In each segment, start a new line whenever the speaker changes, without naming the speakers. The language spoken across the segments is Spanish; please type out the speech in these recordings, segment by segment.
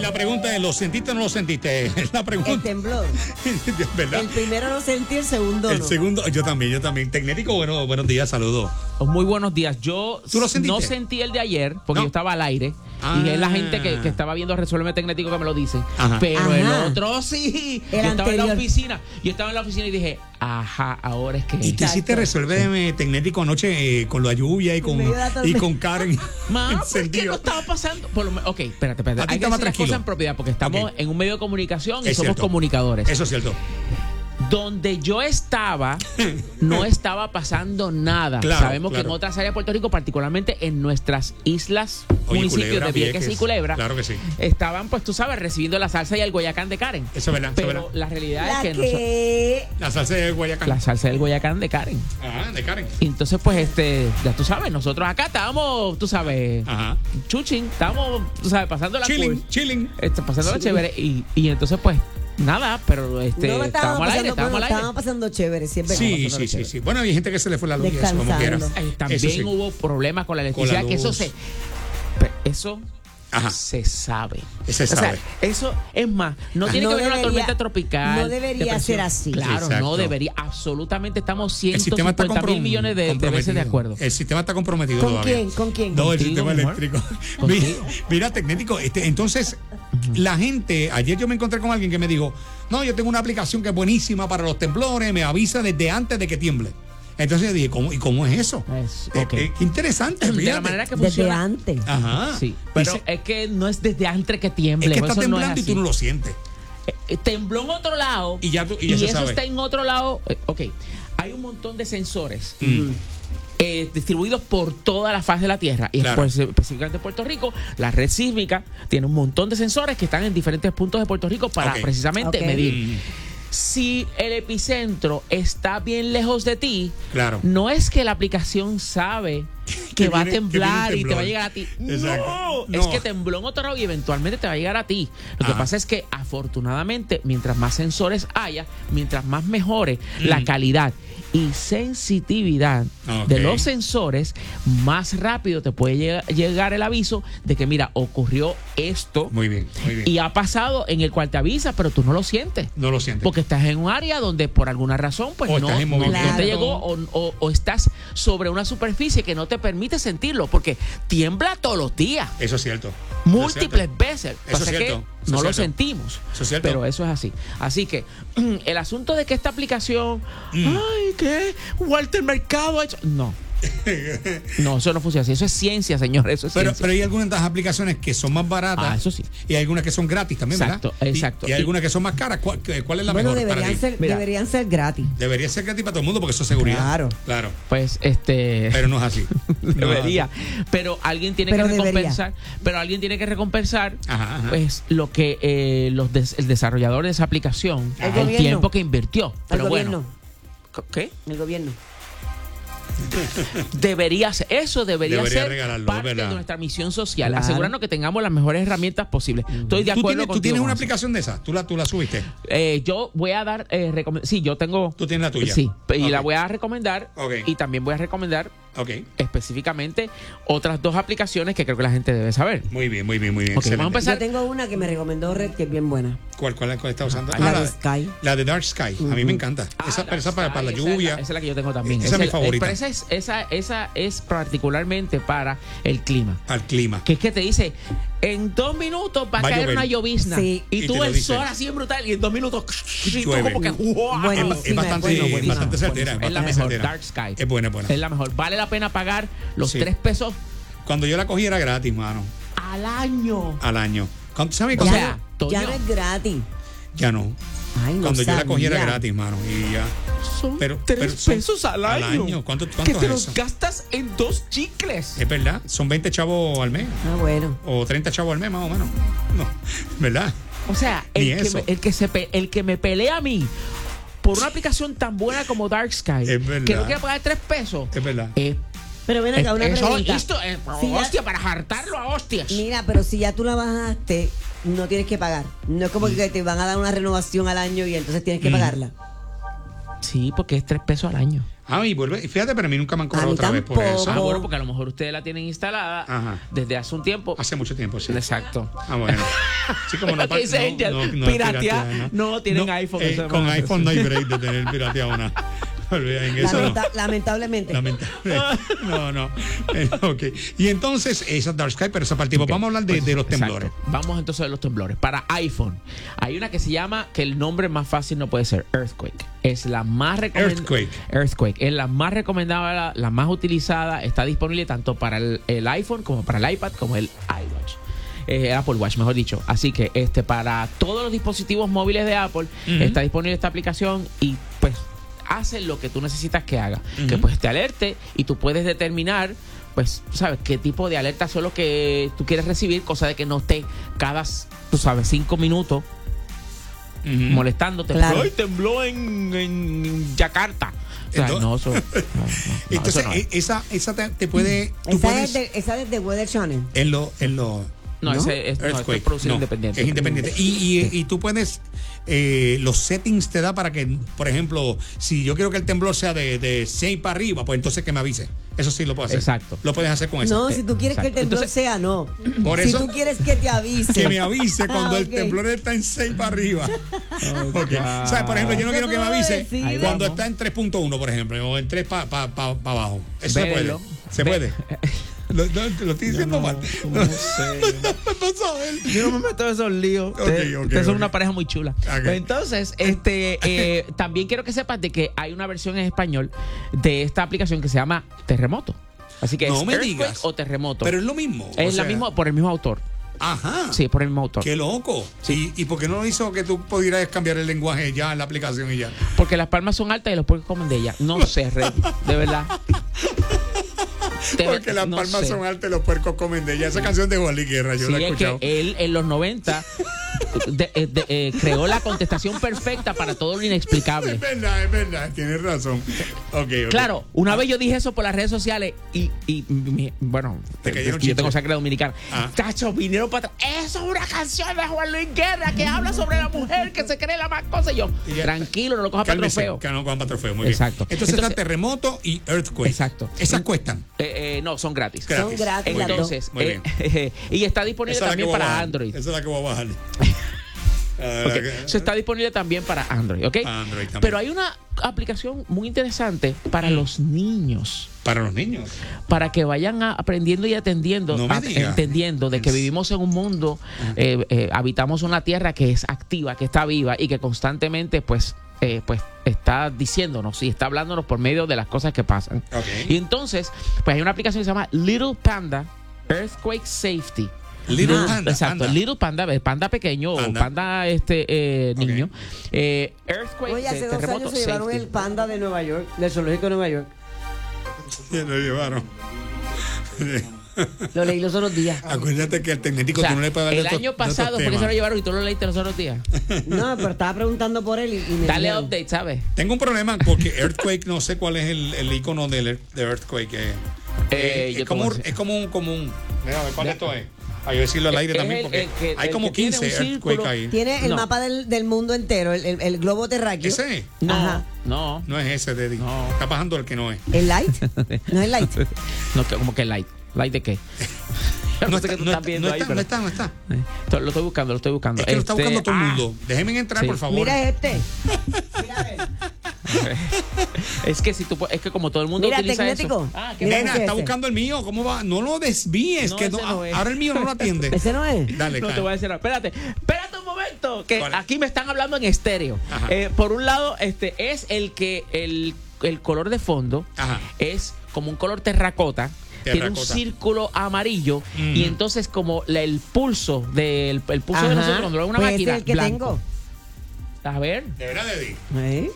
la pregunta es, ¿lo sentiste o no lo sentiste? La pregunta.
El temblor.
¿Verdad?
Este, El primero lo sentí, el segundo
El
no.
segundo, yo también, yo también. Tecnético, bueno, buenos días, saludos.
Oh, Muy buenos días. Yo
¿Tú lo
no
sentiste?
sentí el de ayer porque
No.
yo estaba al aire.
Ah.
Y es la gente que, que estaba viendo Resuelve Tecnético que me lo dice.
Ajá.
Pero
Ajá.
el otro sí.
El
yo estaba en la
anterior.
oficina. Yo estaba en la oficina y dije, ajá, ahora es que.
¿Y qué
Exacto.
hiciste resolver Tecnético anoche eh, con la lluvia y con,
medio de la
y
tormenta.
con Karen?
Ma, pero es que
encendido?
no estaba pasando. Por lo me- ok, espérate, espérate.
A ti
Hay que
estaba
decir las
tranquilo.
cosas en propiedad porque estamos
Ok.
en un medio de comunicación y
Es
somos
cierto.
comunicadores.
Eso es cierto.
Donde yo estaba, no estaba pasando nada.
Claro,
Sabemos que
claro.
en otras áreas de Puerto Rico, particularmente en nuestras islas,
Oye,
municipios
Culebra,
de Vieques, y
Vieques.
Culebra,
Claro que sí.
estaban, pues tú sabes, recibiendo la salsa y el Guayacán de Karen.
Eso es verdad, eso es
Pero
verdad.
la realidad
La
es que, noso-
que...
La salsa de Guayacán.
la salsa del Guayacán de Karen.
Ajá, de Karen.
Y entonces, pues, este, ya tú sabes, nosotros acá estábamos, tú sabes,
Ajá.
chuching, estábamos, tú sabes, pasando la
Ah. Chilling, chilling.
Está pasando chévere y, y entonces pues nada, pero este
no
estábamos al aire,
pasando,
estábamos
bueno,
al aire.
estábamos pasando chévere, siempre.
Sí, sí, sí, sí. Bueno, hay gente que se le fue la luz y eso, como
Descansando.
quieras.
Ay, También
Eso sí.
hubo problemas con la
Con la
electricidad, que eso
luz.
se pe- eso
Ajá.
se sabe.
Se
O sea,
sabe.
eso es más, no,
Ajá.
tiene
No
que haber una
debería-
tormenta tropical.
no debería
depresión.
ser así.
Claro,
Exacto.
no debería. Absolutamente estamos
El sistema está
150 mil
comprom-
millones de- de, veces de
comprometido.
acuerdo.
El sistema está comprometido
¿Con
todavía.
quién? ¿Con quién?
No, el
Contigo,
sistema
mi amor.
eléctrico. Mira,
Contigo.
mira, Tecnético, este, entonces, la gente, ayer yo me encontré con alguien que me dijo, no, yo tengo una aplicación que es buenísima para los temblores, me avisa desde antes de que tiemble. Entonces yo dije, ¿cómo, ¿y cómo es eso?
Es-
Eh,
ok.
eh, qué interesante.
de la
fíjate.
manera que
Desde
funciona.
antes.
Ajá.
Sí,
Pero
pero
es
es que no es desde antes que tiemble.
que está
eso no
temblando y
es
tú
así.
no lo sientes.
Eh, tembló en otro lado
Y ya tú- y ya se
eso
sabe.
está en otro lado. Eh, Ok, hay un montón de sensores
Mm.
eh, distribuidos por toda la faz de la Tierra y
Claro.
pues, eh, específicamente en Puerto Rico, la red sísmica tiene un montón de sensores que están en diferentes puntos de Puerto Rico para
Ok. Mm.
precisamente
Ok.
medir. Si el epicentro está bien lejos de ti,
Claro.
no es que la aplicación sabe que,
Que
va
viene- que viene
a
un
temblar y te va
temblor.
a llegar a ti.
Exacto.
No,
No.
es que tembló en otro lado y eventualmente te va a llegar a ti. Lo que
Ajá.
pasa es que afortunadamente, mientras más sensores haya, mientras más mejore la calidad y sensitividad
Mm. Ok.
de los sensores, más rápido te puede llega- llegar el aviso de que, mira, ocurrió esto
Muy bien, muy bien.
y ha pasado en el cual te avisa, pero tú no lo sientes.
no lo sientes.
Porque estás en un área donde por alguna razón pues
O
no,
estás en
no- no
movimiento.
te llegó o, o- o estás sobre una superficie que no te permite sentirlo porque tiembla todos los días,
eso es cierto.
múltiples
Eso es cierto.
veces.
Eso es
Pasa que
cierto. Eso
no
es
lo
cierto.
sentimos.
Eso es cierto.
pero eso es así. Así que el asunto de que esta aplicación,
Mm.
ay, ¿qué? Walter Mercado ha hecho... No. No, eso no funciona así. Eso es ciencia, señor. Eso es
Pero,
ciencia.
pero hay algunas de las aplicaciones que son más baratas.
Ah, eso sí.
Y hay algunas que son gratis también,
Exacto,
¿verdad? Y-
exacto.
Y, hay algunas que son más caras. ¿Cuál, qué- cuál es la
bueno,
mejor para
deberían
ti?
ser,
Mira.
deberían ser gratis.
Debería ser gratis para todo el mundo porque eso es seguridad.
Claro.
Claro.
Pues este...
Pero no es así. No es así.
debería pero alguien tiene
Pero
que
debería.
recompensar pero alguien tiene que recompensar
Ajá, ajá.
pues lo que eh, los des- el desarrollador de esa aplicación
El
el,
gobierno.
tiempo que invirtió
El
pero
gobierno.
bueno ¿qué?
El gobierno.
debería ser eso debería,
Debería
ser
regalarlo,
parte
¿verdad?
de nuestra misión social
Claro.
asegurarnos que tengamos las mejores herramientas posibles estoy de
¿Tú tienes, tú
acuerdo contigo,
tienes una
Juanse.
aplicación de esa? ¿Tú la, tú la subiste?
Eh, yo voy a dar eh, recome- sí yo tengo
Tú tienes la tuya.
sí y la
Ok.
voy a recomendar
Ok.
y también voy a recomendar
Ok.
específicamente otras dos aplicaciones que creo que la gente debe saber
Muy bien, muy bien, muy bien.
Ok,
Excelente.
vamos a empezar.
Yo tengo una que me recomendó Red que es bien buena.
¿Cuál, cuál, cuál está usando? Ah,
La de Sky.
La de Dark Sky. A mí me encanta.
Ah,
esa,
la-
pero esa para, para la
ay, esa
lluvia.
es Esa es la que yo tengo también.
Esa es mi favorita.
pero esa es, esa, esa es particularmente para el clima.
Al clima.
Que es que te dice, en dos minutos va a
Va a
caer
llover.
una llovizna.
Sí.
Y,
Y
tú
te lo
el
dice.
sol así en brutal y en dos minutos... y tú
Llueve.
como que, ¡guau!
Bueno,
es, ba-
sí,
es
me
bastante,
acuerdo,
es
buenísima.
bastante certera. Es
es la
bastante
mejor,
certera.
Dark Sky.
Es buena, es buena.
Es la mejor. Vale la pena pagar los
Sí.
tres pesos
Cuando yo la cogí era gratis, mano.
al año.
Al año. ¿Cuánto- ¿Sabes
O
cuánto?
sea,
ya
Toño.
no es gratis.
Ya no.
Ay, no
Cuando yo la
sabía.
cogiera gratis, mano. Y ya.
Son
Pero-
tres
pero Ah, son-
pesos al
al
año.
año. ¿Cuánto-
que
cuánto
te
es
los
eso? Eh,
gastas en dos chicles.
Es verdad. Son 20 chavos al mes.
Ah, bueno.
O 30 chavos al mes, más o menos. No. ¿Verdad?
O sea,
Ni
el que,
eso.
me, el que se pe- el que me pelea a mí por una aplicación tan buena como Dark Sky,
Es verdad.
que no quiere pagar tres pesos.
Es verdad.
eh,
Pero ven acá, una
eh, eso-
pregunta.
esto es-
Si ya-
hostia, para hartarlo a hostias.
Mira, pero si ya tú la bajaste, no
Mm.
tienes que pagar. No es como que te van a dar una renovación al año y entonces tienes que pagarla.
Sí, porque es tres pesos al año.
A mí, Ah, vuelve. Fíjate, pero a mí nunca me han cobrado
mí
otra vez por
tampoco.
eso.
Ah,
Oh.
bueno, porque a lo mejor ustedes la tienen instalada
Ajá.
desde hace un tiempo.
Ah, Hace mucho tiempo, sí.
Exacto.
Ah, bueno. Sí, como no,
Lo que
pa-
dice Angel, piratear, no tienen iPhone, eso es
eh, con
más-
iPhone no hay break de tener pirateado nada. Olvida, En eso no.
Lamenta- Lamentablemente.
Lamentable. No, no. Eh, ok. Y entonces, esa Dark Sky, pero esa partida. Vamos a hablar de, de los
Pues, Exacto.
temblores.
Vamos entonces a los temblores. Para iPhone, hay una que se llama, que el nombre más fácil no puede ser, Earthquake. Es la más recomendada.
Earthquake.
Earthquake. Es la más recomendada, la, la más utilizada. Está disponible tanto para el, el iPhone como para el iPad como el iWatch. Eh, el Apple Watch, mejor dicho. Así que este para todos los dispositivos móviles de Apple
Ujú.
está disponible esta aplicación y pues hace lo que tú necesitas que haga. Que pues te alerte y tú puedes determinar pues, ¿sabes? ¿Qué tipo de alertas son los que tú quieres recibir? Cosa de que no esté cada, tú sabes, cinco minutos
Ujú.
molestándote.
Claro.
¡Ay, tembló en, en Yakarta! O sea,
Entonces-
no, eso, no, no, no, eso
Entonces,
no.
e- esa, esa te, te puede. Tú
Esa,
puedes.
es de, esa es de Weather Channel.
En lo. En lo
No, ese es, no, esto es producción
no,
independiente.
Es independiente. Y, y- y tú puedes, eh, los settings te da para que, por ejemplo, si yo quiero que el temblor sea de, de 6 para arriba, pues entonces que me avise. Eso sí lo puedo hacer.
Exacto.
Lo puedes hacer con eso.
No, si tú quieres que el
Exacto.
temblor
Entonces-
sea, no.
Por
si
eso-
tú quieres que te avise.
Que me avise cuando
Ah,
el
ok.
temblor está en 6 para arriba. Ok.
God.
O sea, por ejemplo, yo no
Eso
quiero que
tú
me
lo
avise
decides.
Ahí
cuando
vamos.
está en 3.1, por ejemplo, o en 3 para abajo. Eso se puede.
Velo.
Se
Ve-
puede. Lo, lo- lo estoy diciendo mal.
no sé.
No sabes.
Yo no me meto en esos líos.
Ok,
Ustedes
ok,
ustedes son
ok.
una pareja muy chula. Pues
Ok.
Entonces, este, eh, también quiero que sepas de que hay una versión en español de esta aplicación que se llama Terremoto. Así que
No
es
me
Earthquake
digas.
o Terremoto.
Pero es lo mismo. o
es la
sea, ah,
misma por el mismo autor.
Ajá.
Sí, por el mismo autor.
Qué loco. ¿Y, ¿Y por qué no lo hizo que tú pudieras cambiar el lenguaje ya en la aplicación y ya?
Porque las palmas son altas y los puercos comen de ella. No sé, Rey. De verdad. Te-
Porque las
no
palmas
sé.
son altas y los puercos comen de ella. Esa canción de Juan Guerra, yo
Sí,
la he
es que
escuchado.
él en los 90 de- eh, de- eh, creó la contestación perfecta para todo lo inexplicable.
Es verdad, es verdad, tienes razón. Ok, ok.
Claro,
Ah.
una vez yo dije eso por las redes sociales y, y mi- bueno,
Te cayeron
yo tengo
chinches.
sangre dominicana.
Ah.
Tacho, vinieron para atrás. Eso es una canción de Juan Luis Guerra que habla sobre la mujer que se cree la más cosa. Y yo,
Y ya-
tranquilo, no lo cojas para
Cálmese,
trofeo.
que no cojan para trofeo, muy bien.
Exacto.
Entonces, está
Entonces-
terremoto y earthquake.
Exacto.
Esas cuestan.
Eh, eh, no, son gratis.
Gratis.
Son gratis.
Muy bien.
Entonces,
Muy
eh,
bien.
y está disponible
Esa es la que
también
voy a
para
bajar.
Android.
Esa es la que voy a bajar. Eh,
Ok, Eso está disponible también para Android, ¿ok?
Para Android también. Mm.
Pero hay una aplicación muy interesante para los niños,
Para los niños.
para que vayan a- aprendiendo y atendiendo,
No me
a-
diga.
entendiendo de que vivimos en un mundo, eh, eh, habitamos una tierra que es activa, que está viva y que constantemente, pues, eh, pues está diciéndonos y está hablándonos por medio de las cosas que pasan.
Ok.
Y entonces, pues hay una aplicación que se llama Little Panda Earthquake Safety.
Little
Ah,
Panda,
Exacto,
panda.
Little Panda, eh, panda pequeño
Panda.
o panda este eh,
Ok.
niño. Eh, earthquake,
Oye,
te-
hace dos
terremoto,
años se llevaron
safety.
el panda de Nueva York, del zoológico de Nueva York.
Se lo llevaron.
Lo leí los otros días.
Acuérdate que al
O
tecnético
sea,
tú no le puedes hablar
el
de estos-
año
de estos
pasado fue que
temas.
se lo llevaron y tú lo leíste los otros días.
No, pero estaba preguntando por él y, y me
Dale
dijeron.
update, ¿sabes?
Tengo un problema porque Earthquake, no sé cuál es el, el icono del Ear- de Earthquake. eh. Eh,
yo
es,
te
como,
voy a
un-
decir.
es como un. Como un déjame, ¿cuál de
Ya.
estos es? Hay que decirlo al aire
Es
también
el-
porque
el que-
hay
el
como
que tiene
15
un
Earthquake
círculo.
ahí.
Tiene el
No.
mapa del, del mundo entero, el, el- el globo terráqueo.
¿Ese?
No,
Ajá.
no.
No es ese, Teddy.
No.
Está bajando el que no es.
¿El light? No es light.
No, que- como que light. ¿Light de qué? Yo
No está,
sé qué tú
no
estás
está-
viendo
no
ahí,
está, no
pero-
está, no está.
Eh, to- Lo estoy buscando, lo estoy buscando.
Es que lo está
Este,
buscando todo el
ah,
mundo. Déjenme entrar,
Sí.
por favor.
Mira este. Mira, a ver.
ah, Es que si tú pu- es que como todo el mundo
Mira,
utiliza
Tecnético.
eso. Ah,
Mira
Nena,
ese,
está
ese.
buscando el mío. ¿Cómo va? No lo desvíes.
No,
que no-
ese no es.
ahora el mío no lo atiende.
¿Ese no es?
Dale,
no te
Kyle.
voy a decir nada. Espérate, espérate un momento. Que
¿Cuál es?
aquí me están hablando en estéreo.
Ajá.
Eh, por un lado, este es el que el, el color de fondo
Ajá.
es como un color terracota. Tiene un
Terracota.
círculo amarillo
Mm.
y entonces como la- el pulso del el pulso de
Ajá.
nosotros cuando lo ve una
Pues ese
máquina
es el que
blanco. A ver.
De verdad, Teddy.
tengo. ¿Eh?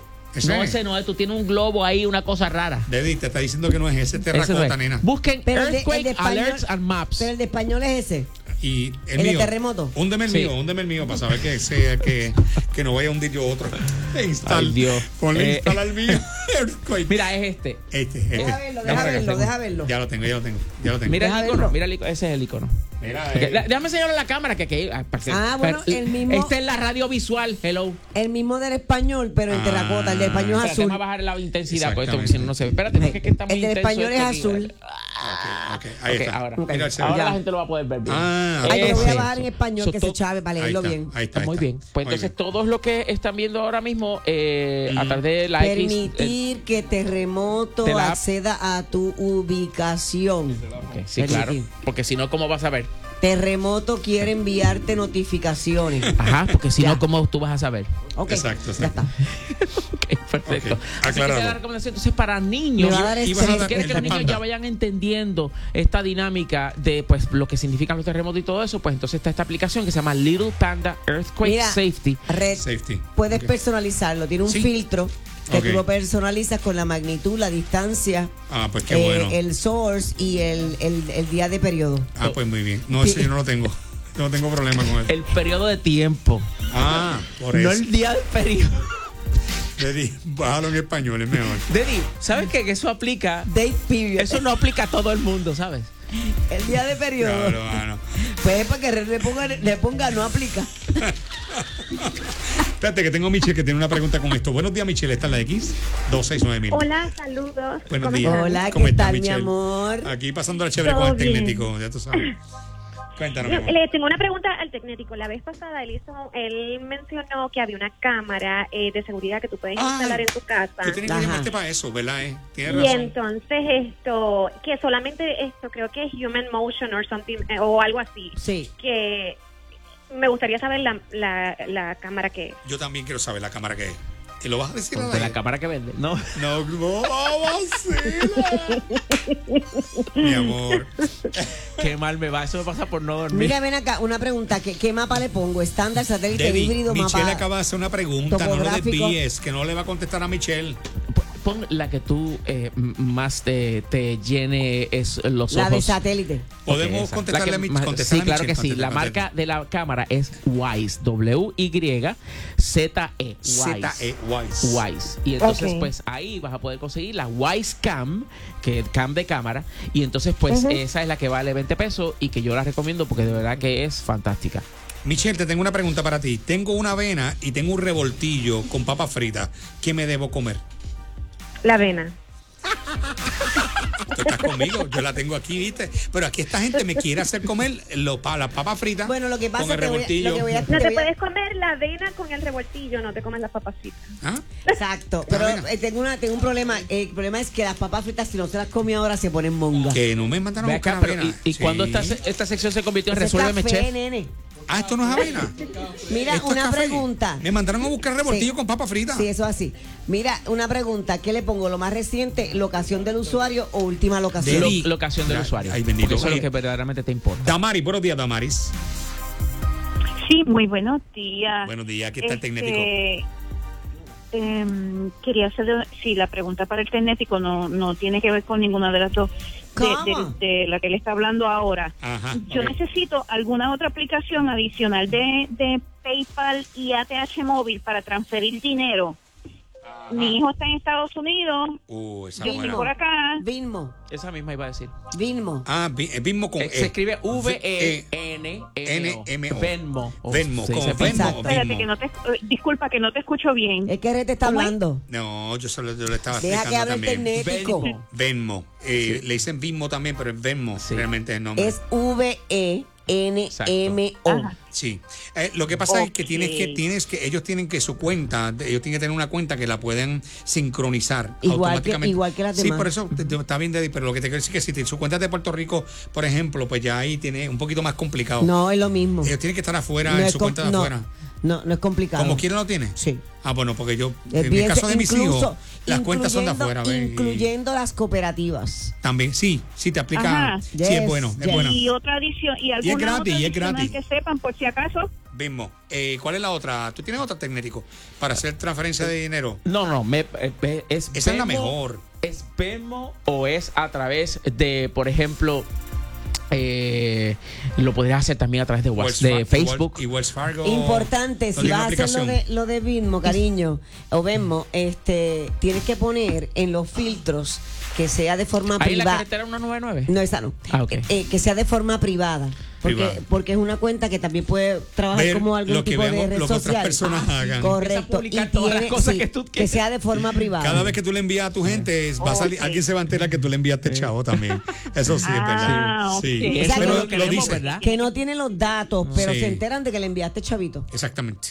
No, ese no es, tú tienes un globo ahí, una cosa rara.
Teddy, te está diciendo que no es ese este
Ese no
terracota,
es.
nena.
Busquen
Pero el de- el
Earthquake
de español-
Alerts and Maps.
Pero el de español es ese.
Y el,
¿El de
mío.
terremoto?
Húndeme el
Sí.
mío, húndeme el mío para saber que, sea, que, que no vaya a hundir yo otro. Instal,
Ay, Dios.
Ponle
Eh.
instalar el mío. Earthquake.
Mira, es este.
Este, este.
Deja verlo,
Dame
deja
acá,
verlo,
tengo.
deja verlo.
Ya lo tengo, ya lo tengo. Ya lo tengo.
Mira
Deja
el icono,
verlo.
mira el icono. Ese es el icono.
Mira,
Ok,
eh,
la- déjame enseñarle la cámara que aquí. Ah, para que-
Ah, bueno,
para-
el mismo-
Esta es la radio visual, hello.
El mismo del español, pero en terracota. El del español
Ah.
es
Espérate,
azul.
Vamos a bajar la intensidad, porque esto,
Exactamente.
si no, no se ve. Espérate, porque es que está muy
El del
intenso
español es
esto aquí.
azul.
ok, ahí
Ok,
está.
ahora.
Mira, se ve.
Ahora
Ya.
la gente lo va a poder ver bien.
Ah,
Ay, yo lo voy a
Ese.
bajar en español,
So,
que se
to-
chave para
Ahí
leerlo
está,
bien.
ahí está,
Ah,
ahí
Muy
está.
bien. Pues
Muy
entonces
bien. Mm.
todos los que están viendo ahora mismo eh, a través de la X. eh,
Permitir que terremoto
de la app.
acceda a tu ubicación.
ok, sí, claro.
Permitir.
Porque si no, ¿cómo vas a ver?
Terremoto quiere enviarte notificaciones.
Ajá, porque si
Ya.
no, ¿cómo tú vas a saber?
Ok,
Ah, Exacto,
ya
exacto.
está.
Ok, perfecto.
Ok,
Así que esa es
aclarado.
la recomendación. Entonces, para
Me
niños.
va a dar
Y vas a
estrés.
dar-
¿Quieres que los
El
niños
panda.
ya vayan entendiendo esta dinámica de pues lo que significan los terremotos y todo eso? Pues entonces está esta aplicación que se llama Little Panda Earthquake
Mira,
Safety.
Red,
Safety.
puedes
Ok.
personalizarlo. Tiene un
Sí.
filtro que
Ok.
tú lo personalizas con la magnitud, la distancia,
Ah, pues qué
eh,
bueno.
el source y el, el- el día de periodo.
Ah, pues muy bien. No, ese yo no lo tengo. No tengo problema con él.
El periodo de tiempo.
Ah, por
No
eso.
el día del periodo.
Le di, bájalo en español, es mejor.
Dedi, ¿sabes qué? Que eso aplica.
Date period.
Eso no aplica a todo el mundo, ¿sabes?
El día de periodo.
Claro, mano.
Pues para que Red le ponga, le ponga no aplica.
Espérate, que tengo a Michelle que tiene una pregunta con esto. Buenos días, Michelle. ¿Está en la X? 269000.
Hola, saludos.
Buenos
¿Cómo
días.
están?
Hola,
¿Cómo
¿qué
estás,
tal, mi
Michelle?
amor?
Aquí pasando la chévere
Todo
con el
bien.
tecnético, ya tú sabes. Cuéntanos, mi
Yo
amor.
Eh, Le tengo una pregunta al tecnético. La vez pasada él hizo, él mencionó que había una cámara eh, de seguridad que tú puedes
Ah.
Ay,
instalar en tu casa.
Tú tienes
Ajá.
que llamarte para eso, ¿verdad? Eh? Tienes
Y
razón.
entonces esto, que solamente esto, creo que es Human Motion or something, eh, o algo así,
Sí.
que me gustaría saber la, la, la cámara que es.
Yo también quiero saber la cámara que es. ¿Y lo vas a decir a
De la
la
cámara que vende. No.
No, no, vacila. Mi amor.
Qué mal me va. Eso me pasa por no dormir.
Mira, ven acá, una pregunta. ¿Qué, qué mapa le pongo? ¿Estándar, satélite,
Debbie,
híbrido,
Michelle
mapa?
acaba de hacer una pregunta, no lo
topográfico.
desvíes, que no le va a contestar a Michelle.
Pon la que tú eh, m- más te, te llene es, los
La de
ojos.
satélite.
Podemos
Esa.
contestarle
La
a
que
Mich-
más-
contestarle
Sí,
a
claro
Michelle,
que sí. La
contestarle,
marca
contestarle.
de la cámara es Wise, W-Y-Z-E.
ZE E.
Wise.
Wise.
E, Wise. Y entonces,
Ok.
pues ahí vas a poder conseguir la Wise Cam, que es cam de cámara. Y entonces, pues esa es la que vale 20 pesos y que yo la recomiendo porque de verdad que es fantástica.
Michelle, te tengo una pregunta para ti. Tengo una avena y tengo un revoltillo con papas fritas. ¿Qué me debo comer?
La vena.
Tú estás conmigo, yo la tengo aquí, ¿viste? Pero aquí esta gente me quiere hacer comer lo, pa- las papas fritas
Bueno, lo que pasa
con el
te voy a- lo
revoltillo.
que voy a-
No
Te
te
voy
puedes comer la avena con el revoltillo, no te comes las papacitas.
¿Ah?
Exacto. Pero
Ah, mira.
eh, tengo, una, tengo un problema. Eh, El problema es que las papas fritas, si no se las comí ahora, se ponen mongas.
Que no me mandaron
Ve
a
acá,
buscar
pero
avena.
¿Y, y
Sí.
cuando esta, se- esta sección se convirtió en
Ese es
Resuélveme,
café,
Chef?
nene.
Ah, esto no es avena.
Mira,
¿Esto es
una
café?
pregunta.
Me mandaron a buscar revoltillo
Sí.
con papas fritas.
Sí, eso es así. Mira, una pregunta. ¿Qué le pongo? ¿Lo más reciente, locación del usuario o última locación?
Deli.
Lo- locación del
Ay,
usuario.
ay, bendito.
Porque eso es lo
Oye.
que verdaderamente te importa.
Damaris, buenos días, Damaris.
Sí, muy buenos días.
Buenos días, aquí está el
Este,
tecnético.
em, quería hacer, sí, la pregunta para el tecnético no, no tiene que ver con ninguna de las dos, de,
¿Cómo?
de- de la que le está hablando ahora.
Ajá.
Yo
ok.
necesito alguna otra aplicación adicional de, de PayPal y ATH móvil para transferir dinero. Mi hijo está en Estados Unidos,
Uh, esa
yo
buena.
estoy por acá.
Vinmo.
Esa misma iba a decir.
Vinmo.
Ah, vi- eh, Venmo con
Eh,
E.
se escribe E
Eh,
V-E-N-N-O.
N-M-O.
Venmo. O
Venmo,
se
con
dice
Venmo.
Exacto.
Espérate, que no te, eh, disculpa que no te escucho bien.
Es que Rete está
¿Cómo es?
hablando.
No, yo solo yo le estaba
Deja que
explicando
hable el
Ah, también.
tecnético.
Venmo.
Venmo. Eh, Le dicen Venmo también, pero es Venmo
Sí.
realmente es el nombre.
Es E V-E-N-M-O.
Ajá.
Sí. Eh, lo que pasa es que
Ok.
tienes que tienes que ellos tienen que su cuenta, de- ellos tienen que tener una cuenta que la puedan sincronizar
Igual que-
automáticamente.
igual que las
Sí,
demás.
por eso te- te- está bien Deddy, pero lo que te quiero decir es que si te- su cuenta es de Puerto Rico, por ejemplo, pues ya ahí tiene un poquito más complicado.
No, es lo mismo.
Ellos tienen que estar afuera
No
Eh, en
es
su
com-
cuenta de
no,
afuera.
No, no es complicado.
Como quiera lo tiene.
Sí.
Ah, bueno, porque yo
Es
en
bien-
el caso de mis
incluso-
hijos las cuentas son de
incluyendo-
afuera, ¿ves? Y
Incluyendo las cooperativas.
También sí, sí te aplica.
Ajá.
Sí
Yes,
es bueno, es
yes.
bueno.
Y otra adición, y alguna
gratis,
otra
y es
adicional
gratis.
que sepan por si acaso.
Venmo. Eh, ¿cuál es la otra? ¿Tú tienes otra tecnético para hacer transferencia de dinero?
No, no, me, eh, eh, es
Esa es la
Venmo,
mejor.
¿Es Venmo o es a través de, por ejemplo, eh, lo podrías hacer también a través de,
Wells
WhatsApp, de
Fa- y
Facebook?
Wel- Y Wells Fargo.
Importante,
No
si
tiene
vas a hacer lo
aplicación.
de, lo de Venmo, cariño, o Venmo, este, tienes que poner en los filtros que sea de forma
Ahí en la
privada.
carretera 199.
No, esa no.
Ah, ok.
Eh, eh, que sea de forma privada.
Privada.
Porque, porque es una cuenta que también puede trabajar
Ver
como algún
lo que
tipo de
veamos-
red
lo que otras
social. Ah,
personas hagan.
Empieza a
Correcto.
publicar todas las cosas que tú quieres.
sea de forma privada.
Cada vez que tú le envías a tu gente, es- va a salir, alguien se va a enterar que tú le enviaste chavo también. Eso sí, es verdad.
Ah,
Sí.
ok.
Sí.
Y eso
Exacto.
Pero
Lo
lo
queremos,
dice.
¿verdad?
Que no tiene los datos, pero
Sí.
se enteran de que le enviaste chavito.
Exactamente.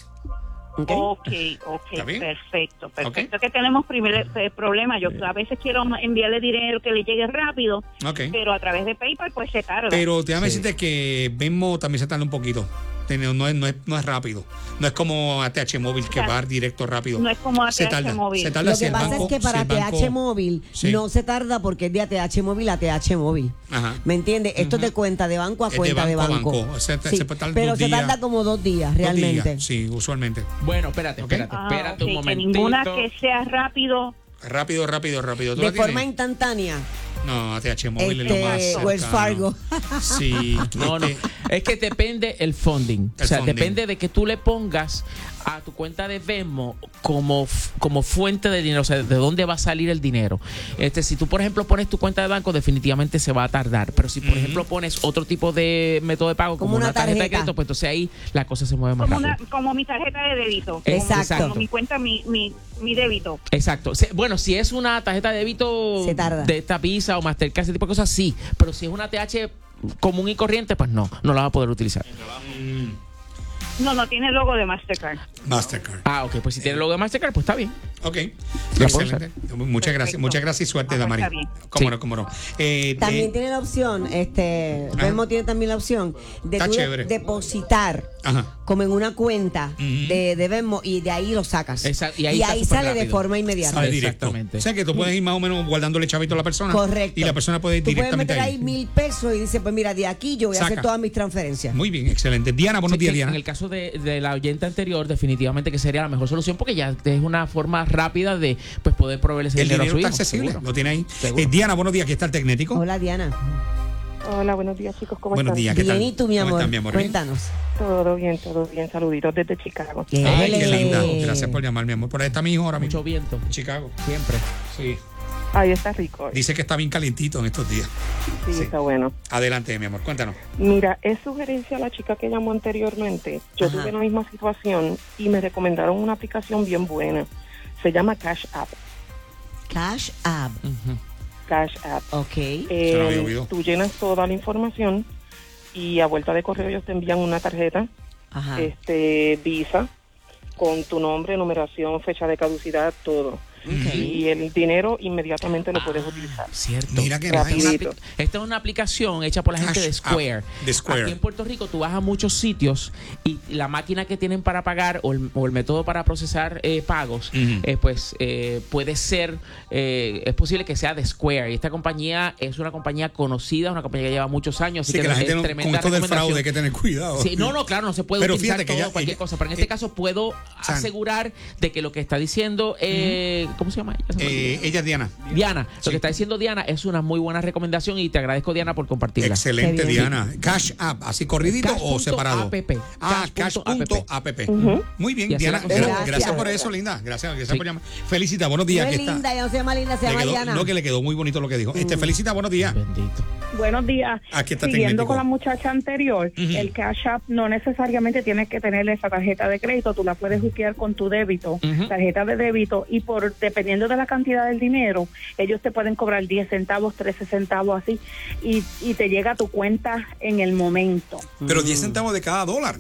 ¿ok?
Ok, ok,
¿Está bien?
perfecto, perfecto. Que tenemos primer eh, problema. Yo a veces quiero ma- enviarle dinero que le llegue rápido,
Ok.
pero a través de PayPal pues se tarda.
Pero déjame decirte que Venmo también se tarda un poquito. Tiene- No es, no, es, no es rápido. No es como ATH móvil que va directo rápido.
no es como
se
ATH
tarda,
móvil.
Se tarda
Lo
si
que
el
pasa
banco-
es que para
si el banco-
TH móvil
Sí.
no se tarda porque es de ATH móvil a TH móvil.
Ajá.
¿Me entiendes? Esto es de cuenta de banco a
Es de
cuenta de
banco a
banco.
banco. Se ta-
Sí,
se puede tardar
pero
un
se
día,
tarda como dos días
Dos días,
realmente.
Sí, usualmente.
Bueno, espérate,
Ok.
espérate,
Ah,
espérate
ok,
un
que
momentito.
ninguna que sea rápido.
Rápido, rápido, rápido. ¿Tú
De
la tienes?
forma instantánea.
No, ATH móvil es lo más
Este,
cercano.
Wells Fargo.
Sí.
No, no.
este,
Es que depende el funding.
El
o sea,
funding.
depende de que tú le pongas a tu cuenta de Venmo como, f- como fuente de dinero. O sea, de dónde va a salir el dinero. Este, si tú, por ejemplo, pones tu cuenta de banco, definitivamente se va a tardar. Pero si, por ejemplo, pones otro tipo de método de pago, como,
Como una
una, tarjeta, de
tarjeta.
crédito, pues entonces ahí la cosa se mueve más
Como,
rápido.
una, como mi tarjeta de débito.
Exacto.
Como mi cuenta, mi, mi, mi débito.
Exacto. Se- Bueno, si es una tarjeta de débito
Se tarda.
de esta Visa o Mastercard, ese tipo de cosas, sí. Pero si es una TH común y corriente, pues no, no la vas a poder utilizar.
No, no tiene logo de Mastercard.
Mastercard.
Ah, ok, pues si tiene logo de Mastercard, pues está bien.
Ok.
La
Excelente. Muchas gracias,
Perfecto.
muchas gracias y suerte,
Ah,
Damaris.
está bien.
Cómo
Sí.
no, cómo no. Eh,
También
de-
tiene la opción, este,
Ajá.
Venmo tiene también la opción de
Ah. Está
tú de-
chévere.
depositar
Ajá.
como en una cuenta
Ujú.
de, de Venmo y de ahí lo sacas.
Exacto, y ahí está súper
sale de
rápido.
forma inmediata. Ah.
Sale directo.
Exactamente.
O sea que tú puedes ir más o menos guardándole chavito a la persona.
Correcto.
Y la persona puede ir
Tú puedes
directamente
meter ahí
ahí.
mil pesos y dice, pues mira, de aquí yo voy a
Saca.
hacer todas mis transferencias.
Muy bien, excelente. Diana, buenos
Sí,
días,
que
Diana.
En el caso de, de la oyente anterior, definitivamente que sería la mejor solución porque ya es una forma rápida de pues poder proveer ese
El dinero,
a su
está
hijo,
accesible,
seguro.
lo tiene ahí.
Seguro.
Eh, Diana, buenos días, aquí está el Tecnético.
Hola Diana.
Hola, buenos días chicos, ¿cómo
buenos
están?
días, ¿qué tal?
Bien, y tú, mi
¿Cómo
amor.
estás, mi amor? Bien.
Cuéntanos.
Todo bien, todo bien, saluditos desde Chicago.
Ay, qué
Ele.
linda. Gracias por llamar, mi amor. Por ahí está mi hijo ahora mismo.
Mucho viento,
En Chicago.
siempre.
Sí.
Ahí está rico, sí,
Dice que está bien calientito en estos días. sí.
está bueno.
Adelante, mi amor, cuéntanos.
Mira, es sugerencia a la chica que llamó anteriormente. Yo
Ajá.
tuve la misma situación y me recomendaron una aplicación bien buena. Se llama Cash App.
Cash App.
Ujú.
Cash App.
Ok.
Eh,
Se lo había oído.
tú llenas toda la información y a vuelta de correo ellos te envían una tarjeta
Ajá.
Ah.
este Visa con tu nombre, numeración, fecha de caducidad, todo. Y el dinero inmediatamente lo
Ah.
puedes utilizar.
Cierto.
Mira qué
Esta es una
nice.
apli- Esta es una aplicación hecha por la gente
Cash
de
App,
Square.
ah, de Square.
Aquí en Puerto Rico tú vas a muchos sitios y la máquina que tienen para pagar o el, o el método para procesar eh, pagos,
Ujú.
eh, pues eh, puede ser, eh, es posible que sea de Square. Y esta compañía es una compañía conocida, una compañía que lleva muchos años. Así
Sí, que la
es
gente no, con
tremenda
esto del
recomendación.
fraude hay que tener cuidado.
Sí, no, no, claro, no se puede
Pero
utilizar
fíjate que
todo,
ya-
cualquier
ella-
cosa. Pero en
eh,
este caso puedo
San-
asegurar de que lo que está diciendo, eh, ¿cómo se llama? ella? Se me olvidó.
Eh, ella es Diana.
Diana,
Sí.
lo que está diciendo Diana es una muy buena recomendación y te agradezco, Diana, por compartirla.
Excelente,
Qué bien.
Diana. Cash App, así corridito
Cash
o
punto
separado.
app.
Ah,
Cash punto
cash.app. Muy bien,
Y así
Diana.
la
gra- Gracias.
conseguimos.
por eso, linda. Gracias, gracias
Sí.
por llamar. Felicita, buenos
No
días.
es
aquí está.
linda, ya no se llama linda, se
Le
llama
quedó-
Diana.
no, que le quedó muy bonito lo que dijo. Este, felicita, buenos días.
Bendito.
Buenos días.
Aquí está
Siguiendo
Tecnético.
con la muchacha anterior,
Ujú.
el Cash App no necesariamente tienes que tener esa tarjeta de crédito, tú la puedes juquear con tu débito,
Ujú.
tarjeta de débito, y por dependiendo de la cantidad del dinero, ellos te pueden cobrar 10 centavos, 13 centavos, así, y, y te llega a tu cuenta en el momento.
Pero 10 centavos de cada dólar.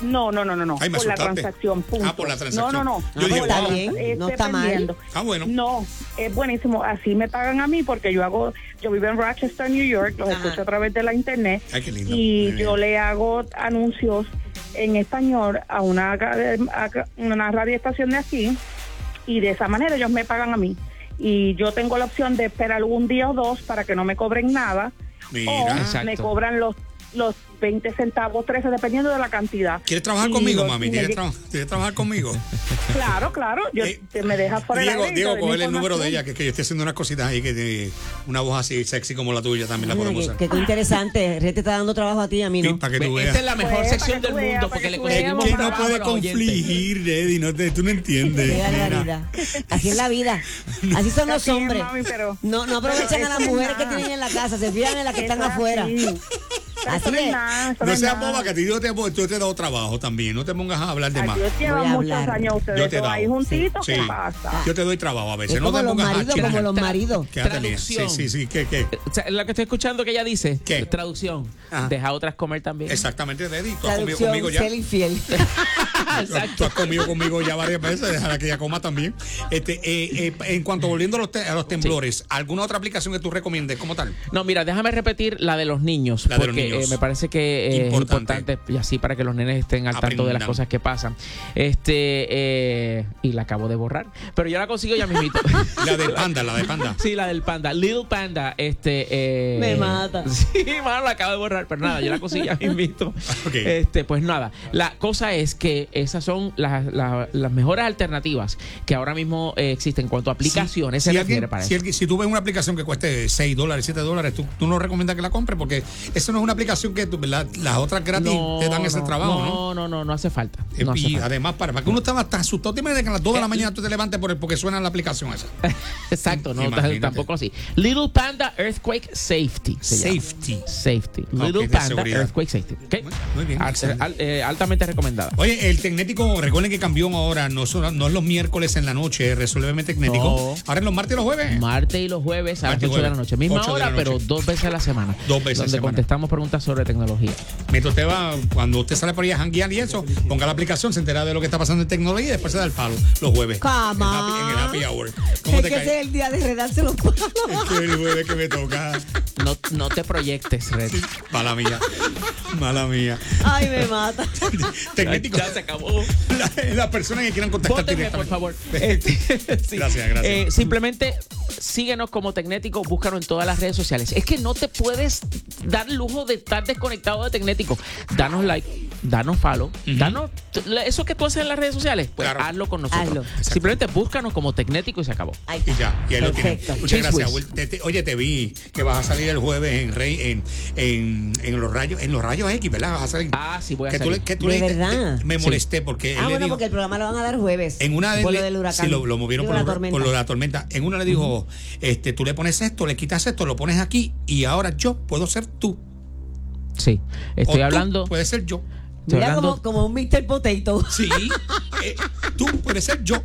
No, no, no, no, no,
Ay, me
por la
asustaste.
transacción, punto.
Ah, por la transacción.
No, no, no.
Yo dije,
por la
wow.
transa-
pues, Está bien, no
es
está mal.
dependiendo.
Ah, bueno.
No, es buenísimo. Así me pagan a mí porque yo hago, yo vivo en Rochester, New York, los
Ajá.
escucho a través de la internet
Ay, qué lindo. Muy
y
bien.
yo le hago anuncios en español a una, a una radioestación de aquí y de esa manera ellos me pagan a mí. Y yo tengo la opción de esperar un día o dos para que no me cobren nada o
Mira.
Exacto.
me cobran los los 20 centavos, 13, dependiendo de la cantidad.
¿Quieres trabajar
Y
conmigo,
los-
mami?
y me
¿Quieres,
lleg-
tra- ¿Quieres trabajar conmigo?
Claro, claro. Yo,
Eh,
te me dejas fuera
Diego,
el aire y te
Diego,
doy mi
cogerle el número de
información.
ella, que es que yo estoy haciendo unas cositas ahí, que tiene una voz así sexy como la tuya también la
Mira,
podemos
que,
usar.
que- que interesante. Rete está dando trabajo a ti y a mí
Sí,
no.
para que tú veas.
Esta este es la mejor
Pues,
sección
para que
del
tú veas,
mundo
para
porque
que
le
tú
Pues
conseguimos
veas.
que
Es
no
trabajo a
puede
los oyentes.
confligir, Eddie, no te- tú no entiendes.
Qué
Mira.
barbaridad. Así es la vida. Así son los
Así es,
hombres.
mami, pero-
No, no
pero
aprovechan a
eso
las
es
mujeres que
nada.
tienen en la casa, se fijan en las que
Eso
están
es
afuera.
así.
Así
eso no es
es.
nada, eso
No
es
seas
nada.
boba, que a ti yo te, yo te he dado trabajo también. No te pongas a hablar de
Aquí
más.
os
Voy a
llevan muchos
hablar.
años ustedes
Yo te he
todos ahí
dado.
juntitos,
Sí.
¿qué pasa?
Yo te doy trabajo a veces.
Es
No te
como los
pongas a
maridos,
chillar.
como los maridos.
Quédate bien. Sí,
Traducción.
sí, sí. ¿Qué, qué?
O sea, lo que estoy escuchando que ella dice,
¿Qué?
traducción,
Ajá.
deja a otras comer también.
Exactamente, Deddy. Tú has comido
Traducción,
conmigo ya.
ser infiel.
Tú- Tú has comido conmigo ya varias veces. Déjala que ella coma también. Este, eh, eh, en cuanto volviendo a los, te- a los temblores, ¿alguna otra aplicación que tú recomiendes como tal?
No, mira, déjame repetir la de los niños,
La de los
porque eh,
niños.
me parece que eh,
Importante.
es importante y así para que los nenes estén al tanto de las
Aprendan.
cosas que pasan. Este eh, y la acabo de borrar, pero yo la consigo ya mismito.
La de panda, la de panda.
Sí, la del panda, Little Panda, este eh,
Me mata.
Sí, mano, la acabo de borrar, pero nada, yo la consigo ya mismito.
Ok.
Este, pues nada, la cosa es que esas son las, las- las mejores alternativas que ahora mismo eh, existen en cuanto a aplicaciones
Si,
se refiere
alguien-
para
si
eso.
alguien- si tú ves una aplicación que cueste 6 dólares, 7 dólares, tú, tú no recomiendas que la compres porque eso no es una aplicación que tú- la- las otras gratis te dan ese trabajo, ¿no?
No, no, no, no hace falta.
Eh,
no hace
y
falta.
además, para, para que uno estaba tan asustado, te imaginas que a las 2 de la mañana tú te levantes por el- porque suena la aplicación esa.
Exacto, no,
Imagínate.
tampoco así. Little Panda Earthquake Safety. se llama.
Safety.
Safety.
Ok,
Little
de
Panda
seguridad.
Earthquake Safety. ok.
Muy- muy bien,
Al-
excelente.
al- eh, altamente recomendada.
Oye, el Tecnético, recuerden que cambió ahora, no, son- no es los miércoles en la noche, resuélveme Tecnético.
No.
Ahora es los martes y los jueves.
Martes y los jueves a las
Martes y
8 de la
jueves.
noche. Misma
Ocho de la
hora,
noche.
pero dos veces a la semana.
Dos veces a la
Donde
semana.
contestamos preguntas sobre tecnología.
Mientras usted va, cuando usted sale por ahí a janguear y eso, ponga la aplicación, se entera de lo que está pasando en tecnología y después se da el palo los jueves.
Come
En happy- En el happy
on.
hour. ¿Cómo
Es
te
que ese
cae?
es el día de redarse los palos.
Es que el jueves que me toca.
No, no te proyectes, Red.
Mala mía. Mala mía.
Ay, me mata.
Tecnético.
Ya se acabó.
La- Las personas que quieran contactar
Vótenme, por
directamente. Eh,
favor. Este, sí.
Gracias, gracias.
Eh, simplemente síguenos como Tecnético, búscanos en todas las redes sociales. Es que no te puedes dar lujo de estar desconectado de Tecnético. Danos like, danos follow, danos eso que tú haces en las redes sociales, pues
Claro.
hazlo con nosotros.
Hazlo.
Exacto.
Simplemente búscanos como Tecnético y se acabó.
Ahí
Y
está.
ya, y ahí lo tienen.
Perfecto.
Muchas
Cheese
gracias,
whiz.
Will. Te- te- oye, te vi que vas a salir el jueves en Rey, en, en, en los rayos, en los rayos X, ¿verdad? Vas a salir.
Ah, sí, voy a
que tú
salir.
le- que tú
¿De
le dijiste-
verdad?
te- me
Sí.
molesté porque él
Ah,
le
bueno,
dijo-
porque el programa lo van a dar jueves.
en una de
Por lo
le-
del huracán.
sí, lo, lo movieron
Digo,
por,
la
lo-
tormenta.
por lo de la tormenta. En una le dijo, este, tú le pones esto, le quitas esto, lo pones aquí y ahora yo puedo ser tú.
Sí,
O
estoy
tú
hablando.
Puedes ser yo.
Estoy
Mira
hablando Ah,
como, como un Mr. Potato.
Sí, eh, tú puedes ser yo.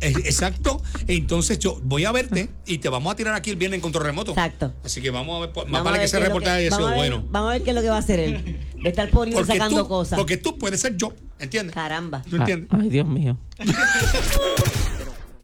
Eh, Exacto. Entonces yo voy a verte y te vamos a tirar aquí el viernes en control remoto.
Exacto.
Así que vamos a ver, pues, más
Vamos a
vale
ver
que ese
qué es lo
reportaje haya
vamos
sido
a ver-
bueno.
Vamos a ver qué es lo que va a hacer él. De estar por ahí sacando
tú,
cosas.
porque tú puedes ser yo, ¿entiendes?
Caramba.
¿Tú entiendes?
Ah, ay, Dios mío.